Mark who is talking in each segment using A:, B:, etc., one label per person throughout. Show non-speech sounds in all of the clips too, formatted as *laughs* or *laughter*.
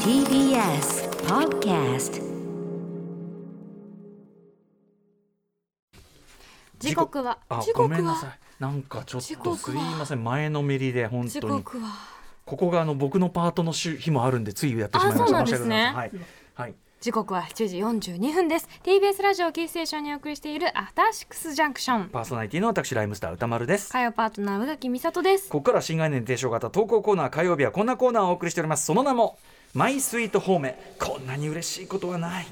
A: TBS Podcast
B: 時刻は
C: あ
B: 時
C: ご
B: 刻
C: めんなさ
B: はい
C: なんかちょっ
B: 時刻
C: と
B: は
C: すいません前のめりで本
B: 時
C: 当に
B: 刻は
C: ここがあの僕のパートの週日もあるんでついやってしまいました
B: あそうなんですね
C: 申し訳ございませんはい、はい、
B: 時刻は7時42分です TBS ラジオをキーステーションにお送りしているアフターシックスジャンクション
C: パーソナリティの私ライムスター歌丸です
B: 火曜パートナー宇垣美里です
C: ここから新概念提唱型投稿コーナー火曜日はこんなコーナーをお送りしておりますその名もマイスイート方面こんなに嬉しいことはない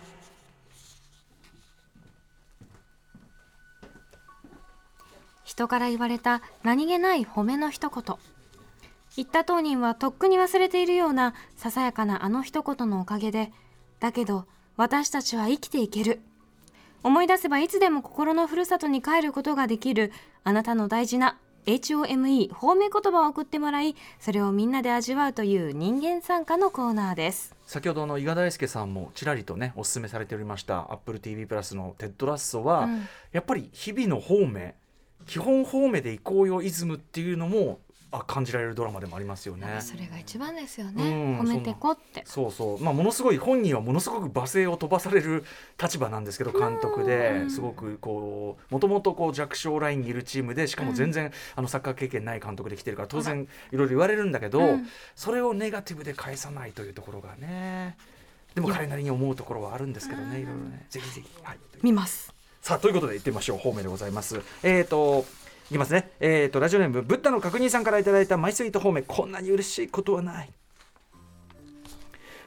B: 人から言われた何気ない褒めの一言言った当人はとっくに忘れているようなささやかなあの一言のおかげでだけど私たちは生きていける思い出せばいつでも心のふるさとに帰ることができるあなたの大事な HOME 褒め言葉を送ってもらいそれをみんなで味わうという人間参加のコーナーです
C: 先ほどの伊賀大輔さんもちらりとねお勧めされておりましたアップル TV プラスのテッドラッソは、
B: うん
C: やっぱり日々の方面基本方面で行こうよイズムっていうのもあ感じられるドラマでもありますよね。
B: それが一番ですよ
C: うん
B: ね褒めてこって
C: そうそうまあ、ものすごい本人はものすごく罵声を飛ばされる立場なんですけど監督
B: う
C: で
B: ん
C: すごくこうもともとこう弱小ラインにいるチームでしかも全然あのサッカー経験ない監督で来てるから当然いろいろ言われるんだけど、
B: うん
C: それをネガティブで返さないというところがねでも彼なりに思うところはあるんですけどねいろいろねぜひぜひ、はい、
B: 見ます
C: さあということで行ってみましょう方面でございますえーといきますねえーとラジオネームブッダの確認さんからいただいたマイスイート方面こんなに嬉しいことはない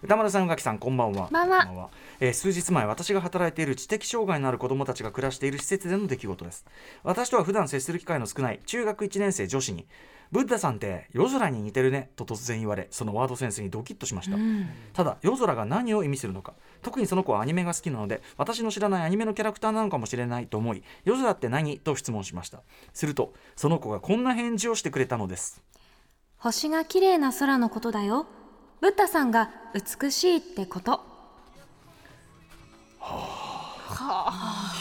C: 歌丸さん、宇垣さん、こんばんは。
B: こんばんは
C: えー数日前、私が働いている知的障害のある子どもたちが暮らしている施設での出来事です。私とは普段接する機会の少ない中学1年生女子に、ブッダさんって夜空に似てるねと突然言われ、そのワードセンスにドキッとしました。ただ夜空が何を意味するのか特にその子はアニメが好きなので私の知らないアニメのキャラクターなのかもしれないと思い夜空って何と質問しましたするとその子がこんな返事をしてくれたのです
B: 星が綺麗な空のことだよブッダさんが美しいってこと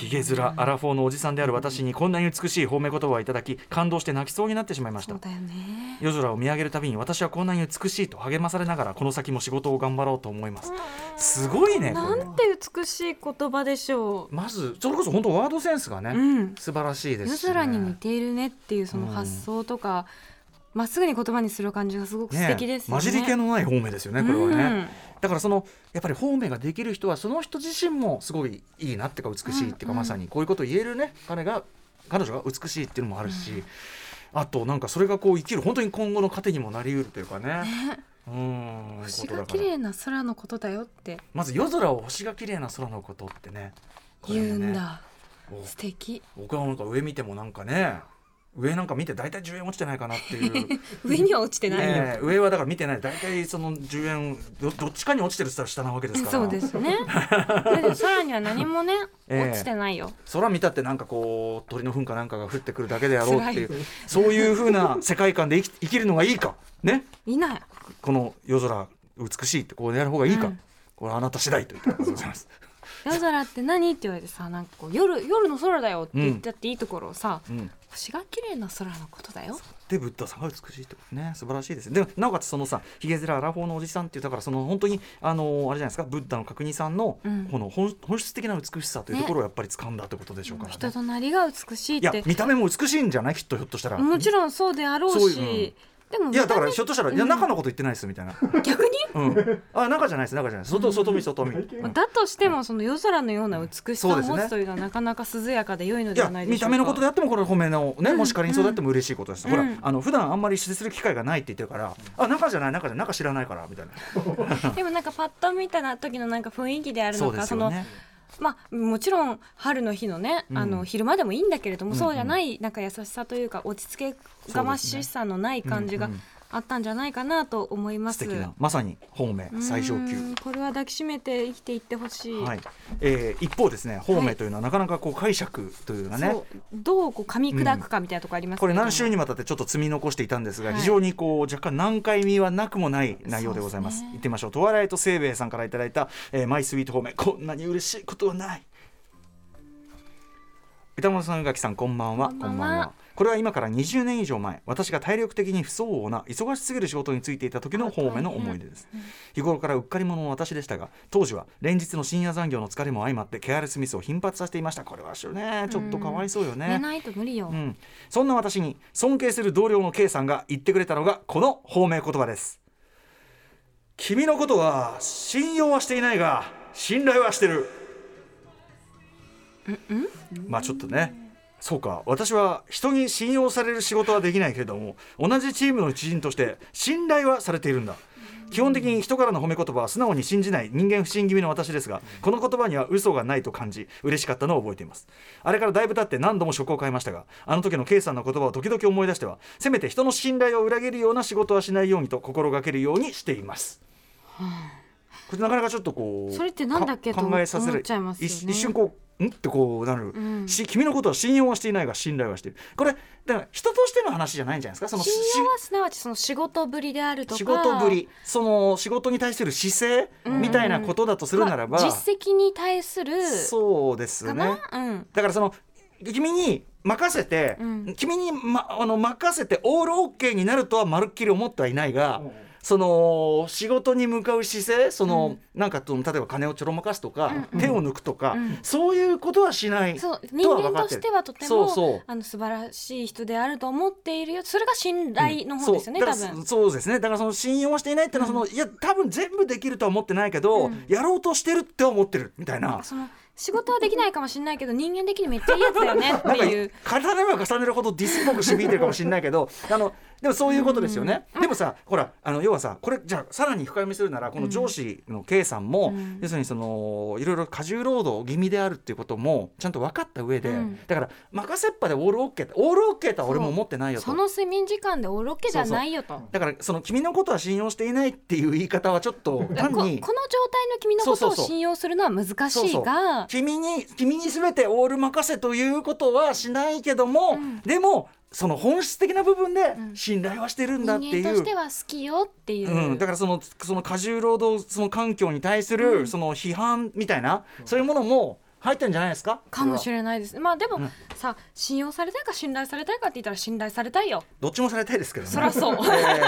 C: ヒゲ面アラフォーのおじさんである私にこんなに美しい褒め言葉をいただき感動して泣きそうになってしまいました
B: そうだよね
C: 夜空を見上げるたびに私はこんなに美しいと励まされながらこの先も仕事を頑張ろうと思いますすごいねこ
B: な
C: れ
B: んて美しい言葉でしょ
C: まずそれこそ本当ワードセンスがね、
B: ううん
C: 素晴らしいです
B: 夜
C: しね
B: 空に似ているねっていうその発想とかまっすぐに言葉にする感じがすごく素敵ですよね
C: 混じり気のない方面ですよねこれはね、
B: うん
C: だからそのやっぱり方面ができる人はその人自身もすごいいいなっていうか美しいっていうか、まさにこういうことを言えるね彼が彼女が美しいっていうのもあるし、あとなんかそれがこう生きる本当に今後の糧にもなりうるというかね。うん
B: 星
C: こと
B: が
C: だか
B: 綺
C: ら
B: 麗な空のことだよって
C: まず夜空を星が綺麗な空のことってねこれ
B: 言
C: も
B: うん
C: ね
B: だ、
C: お
B: 素敵
C: 僕はなんか上見てもなんかね上なんか見て大体10円落ちてないかなっ
B: *laughs*
C: ていう。
B: 上には落ちてないよ、
C: ねえ、上はだから見てない大体その10円どどっちかに落ちてるって言ったら下なわけですから
B: そうですね
C: *laughs*
B: だって空には何もね
C: ええ
B: 落ちてないよ、
C: 空見たってなんかこう鳥の糞かなんかが降ってくるだけであろうっていうそういうふうな *laughs* 世界観で生き生きるのがいいか、ね、
B: いない
C: この夜空美しいってこうやる方がいいか、
B: うん
C: これはあなた次第ということでございます。
B: 夜空って何って言われてさなんかこう夜夜の空だよって言ったっていいところをさ、
C: うん
B: 星が綺麗な空のことだよ
C: でブッダさんが美しいってことね素晴らしいですねでなおかつそのさヒゲ面アラフォーのおじさんっていうだからその本当にあのあれじゃないですかブッダの角煮さんの
B: うん
C: この本,、本質的な美しさというところをやっぱり掴んだってことでしょうからね。
B: 人となりが美しい
C: いや
B: って
C: 見た目も美しいんじゃないきっとひょっとしたら。
B: もちろんそうであろうし
C: そういう
B: でも
C: いやだから
B: 見
C: ひ
B: た
C: ょっとしたら、いや中のこと言ってないですみたいな。
B: 目 *laughs* 逆に、
C: うん、あ中じゃないです中じゃないです外外見外見。
B: まあだとしてもその夜空のような美しさ
C: そう
B: を
C: ですね
B: 持つというのはなかなか涼やかで良いの
C: い
B: で
C: や
B: はないで
C: 見
B: しょ
C: た
B: うか
C: 目のことであってもこれ褒めのね、
B: うん
C: もし仮にそうであっても嬉しいことです、
B: うん
C: ほら
B: うん
C: あの普段あんまり接する機会がないって言ってるから、あ中じゃない中じゃない中知らないからみたいな
B: でもなんかパッと見たな時のなんか雰囲気であるの
C: そうで
B: か
C: す
B: そ
C: よ
B: の
C: ね
B: まあ、もちろん春の日のね、
C: うん
B: あの昼間でもいいんだけれども、
C: うんうん
B: そうじゃないなんか優しさというか落ち着けがましさのない感じが
C: うんうん
B: あったんじゃないかなと思いま
C: 素
B: す。
C: 敵なまさに方面
B: うん
C: 最上級
B: これは抱きしめて生きていってほしい、
C: はい、えー一方ですね方面というのはなかなかこう解釈というかね、
B: そうどうこう噛み砕くかみたいなところあります
C: これ何週
B: に
C: にわたってちょっと積み残していたんですが、
B: はい
C: 非常にこう若干難解味はなくもない内容でございます
B: そうですね
C: 言ってみましょうトワイライト清兵衛さんからいただいた、えーマイスイート方面こんなに嬉しいことはない歌丸さん宇垣さんこんばんは
B: こんばんは
C: これは今から20年以上前私が体力的に不相応な忙しすぎる仕事についていた時の方面の思い出です日頃からうっかり者の私でしたが当時は連日の深夜残業の疲れも相まってケアレスミスを頻発させていましたこれはしょねちょっとかわいそうよ
B: 寝
C: ね
B: ないと無理よ、
C: うん、そんな私に尊敬する同僚の K さんが言ってくれたのがこの方面言葉です君のことは信用はしていないが信頼はしてるまあちょっとねそうか私は人に信用される仕事はできないけれども同じチームの一員として信頼はされているんだ基本的に人からの褒め言葉は素直に信じない人間不信気味の私ですがこの言葉には嘘がないと感じ嬉しかったのを覚えていますあれからだいぶ経って何度も職を変えましたがあの時の K さんの言葉を時々思い出してはせめて人の信頼を裏切るような仕事はしないようにと心がけるようにしていますこれなかなかちょっとこう
B: それってなんだっけ
C: か
B: と
C: 考えさせ
B: 思
C: る
B: っちゃいますよね
C: 一一瞬こうんってこうなる、
B: ん
C: し君のことは信用はしていないが信頼はしているこれだから人としての話じゃないんじゃないですかそのし
B: 信用はすなわちその仕事ぶりであるとか
C: 仕事ぶりその仕事に対する姿勢みたいなことだとするならば、
B: まあ実績に対する
C: そうです
B: か
C: ね
B: な、うん、
C: だからその君に任せて、
B: うん
C: 君に、ま、あの任せてオールオッケーになるとはまるっきり思ってはいないが、その仕事に向かう姿勢その、なんかと例えば金をちょろまかすとか、
B: うんうん
C: 手を抜くとか、
B: うん
C: そういうことはしない
B: そう
C: と
B: 人
C: は分か
B: 間
C: っ
B: と
C: て
B: し
C: る
B: てはとても
C: そうそう
B: あの素晴らしい人であると思っているよそれが信頼の方ですよね、
C: うん
B: 多
C: そうだから
B: 分
C: そうですねだからその信用はしていないっていうのはその、いや多分全部できるとは思ってないけど、
B: うん
C: やろうとしてるって思ってるみたいな。
B: その仕事はできないかもしれないけど人間的にめっちゃいいやつだよねって
C: なんか
B: い
C: *laughs*
B: う
C: 重ねれば重ねるほどディスっぽく響いてるかもしれないけどあのでもそういうことですよね、でもさほらあの要はさこれじゃあさらに深読みするならこの上司の K さんも、
B: うん
C: 要するにそのいろいろ過重労働気味であるっていうこともちゃんと分かった上で、
B: うん
C: だから任せっぱでオールオッケーオールオッケーとは俺も思ってないよと
B: *laughs* その睡眠時間でおろけじゃないよと。
C: だからその君のことは信用していないっていう言い方はちょっと単
B: ここの
C: に
B: 状態の君のこ
C: そ
B: と
C: うそ
B: を
C: うそう
B: 信用するのは難し
C: そうそ
B: いうが
C: 君に君に全てオール任せということはしないけど
B: う
C: も、
B: ん
C: でもその本質的な部分で
B: うん
C: 信頼はしてるんだってい
B: 人間と
C: う。
B: しては好きよっていう、
C: うん、だからそのその過重労働その環境に対する、
B: うん
C: その批判みたいな、そういうものも入ってるんじゃないですか
B: かもし
C: れ
B: れないですまあでも、
C: うん
B: さ信用されたいか信頼されたいかって言ったら信頼されたいよ
C: どっちもされたいですけどね
B: そらそう
C: *laughs* え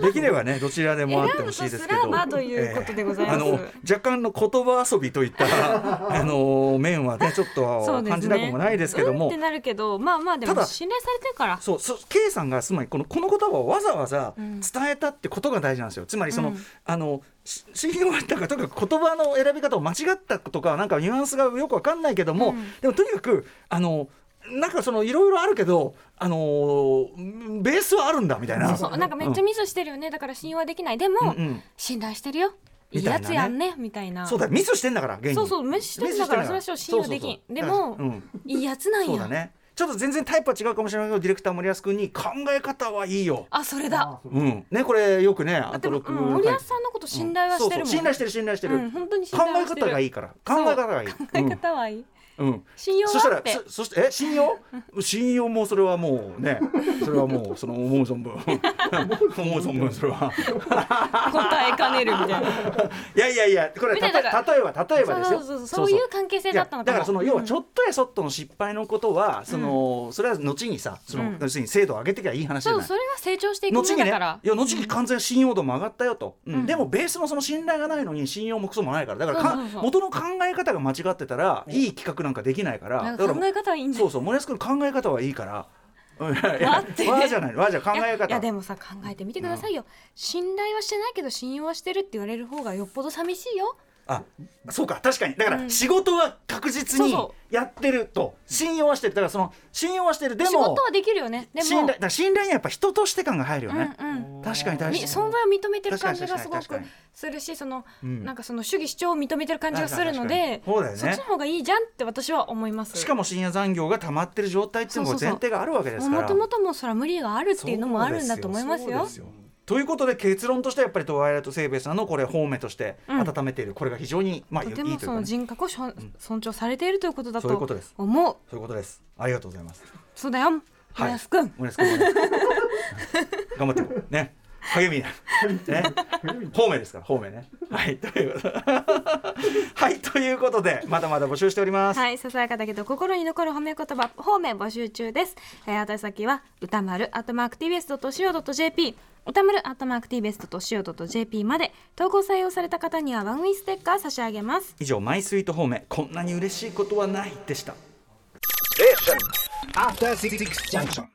C: えできればねどちらでもあってほしいですけど
B: 選ぶとすらばということでございます
C: あの若干の言葉遊びといったあの面はねちょっ
B: そうです
C: と
B: ね
C: 感じなくもないですけ
B: う
C: ど
B: んっ
C: も
B: てなるけどまあまあで
C: た
B: も
C: だ
B: 信頼されてるから
C: そうそう K さんがつまりこのこの言葉をわざわざ
B: うん
C: 伝えたってことが大事なんですよつまりその、
B: うん
C: あのし信用だからとにかく言葉の選び方を間違ったとかなんかニュアンスがよくわかんないけども、
B: うん
C: でもとにかくあのなんかそのいろいろあるけどあのーベースはあるんだみたいな。
B: そう
C: *laughs*
B: そうなんかめっちゃミスしてるよね、だから信用はできないでも、
C: うんうんうん
B: 信頼してるよい
C: み
B: い
C: たい
B: や
C: なね
B: つやんねみたいな
C: そうだミスしてんだから現に
B: そうそう無視してんだから
C: ミス
B: それは
C: してんだ
B: 信用できん
C: そうそうそう
B: でも、
C: だうん
B: いいやつなん
C: そう
B: や
C: だねちょっと全然タイプは違うかもしれないけどディレクター森保君に考え方はいいよ、
B: あそれだ
C: うん、ねこれよくね
B: だ
C: ア
B: って
C: ト
B: も
C: ロッ
B: う
C: ク
B: ん
C: の
B: 森
C: 回
B: 保さんのこと信頼はしてるもん
C: そうそう信頼してる信頼してる、
B: うん本当に信
C: 考
B: 頼
C: え
B: はしてる
C: 方がいいから考え方がいい
B: 考え方はいい、
C: う
B: *laughs*
C: ん、うん
B: 信用
C: そした
B: はあっ
C: ら
B: て
C: そそしてえ信用 *laughs* 信用もそれはもうねそれはもうその思う存分
B: *laughs*
C: 思う存分それは *laughs*
B: 答えかねるみたいな
C: いやいやいやこれ
B: み
C: た
B: たい
C: と
B: な
C: 例えば例えばです
B: そ
C: よ
B: うそうそうそういう関係性だったの
C: いやだ
B: かも
C: からその要はち
B: っ
C: ょっとやそっとの失敗のことは、そのそれは後にさその、
B: うん
C: 要するに精度を上げてきゃいい話じゃ
B: そ
C: な
B: う
C: い
B: それは成長していくも
C: 後
B: の
C: にね
B: だ
C: い
B: か
C: や
B: ら、
C: 後に完全に信用度も上がったよと、うん
B: うん
C: でもベースのその信頼がないのに信用もクソもないからだからか
B: そうそうそう
C: 元の考え方が間違ってたら、いい企画なんかできないから
B: なん
C: だ
B: か
C: か
B: 考
C: ら
B: え方はいいんだ
C: そうそう森保君考え方はいいから。うんいやいや
B: 待って
C: わーじゃないわーじゃ考
B: いや
C: え
B: いや
C: 方
B: でもさ考えてみてくださいよ、信頼はしてないけど信用はしてるって言われる方がよっぽど寂しいよ
C: あそうか確かにだか
B: う
C: ら
B: ん
C: 仕事は確実に
B: そうそ
C: やってると信用はしてるだからその信用はしてるで
B: 仕事
C: も
B: はできるよねでも
C: 信頼だから信頼にはやっぱ人として感が入るよね、
B: うんうん
C: 確かに確
B: み
C: かに
B: 存在を認めてる感じがす
C: 確か
B: ごく
C: に確かに確かに
B: するしその、
C: うん
B: なんかその主義主張を認めてる感じがするので
C: 確かに確かにそうだよね
B: っちの方がいいじゃんって私は思います
C: しかも深夜残業が溜まってる状態っていうの
B: そ
C: も
B: うそうそう
C: 前提があるわけですから
B: もともともうそら無理があるっていうのもあるんだと思いますよ
C: そうですよということで結論としてやっぱりトワイライト・セイベイさんのこれ方面として温めている、これが非常にまあいい
B: と
C: とい
B: て
C: う
B: も
C: か、
B: その
C: ね、
B: 人格をしょ尊重されているということだと
C: そういう
B: 思
C: こと
B: う
C: です
B: そう
C: そういうことですありがとうございます *laughs*
B: だよ森保君
C: 森保君頑張っていこうね励みになる、ね、方面ですから方面ねはいということはいということでまだまだ募集しております、
B: はい、ささやかだけど心に残る褒め言葉方面募集中です。えー、宛先は歌丸アットマーク TBS ドット CO ドット JP 歌丸アットマーク TBS ドット CO ドット JP まで投稿採用された方には番組ステッカー差し上げます。
C: 以上マイスイート方面こんなに嬉しいことはないでした
A: After Six Junction.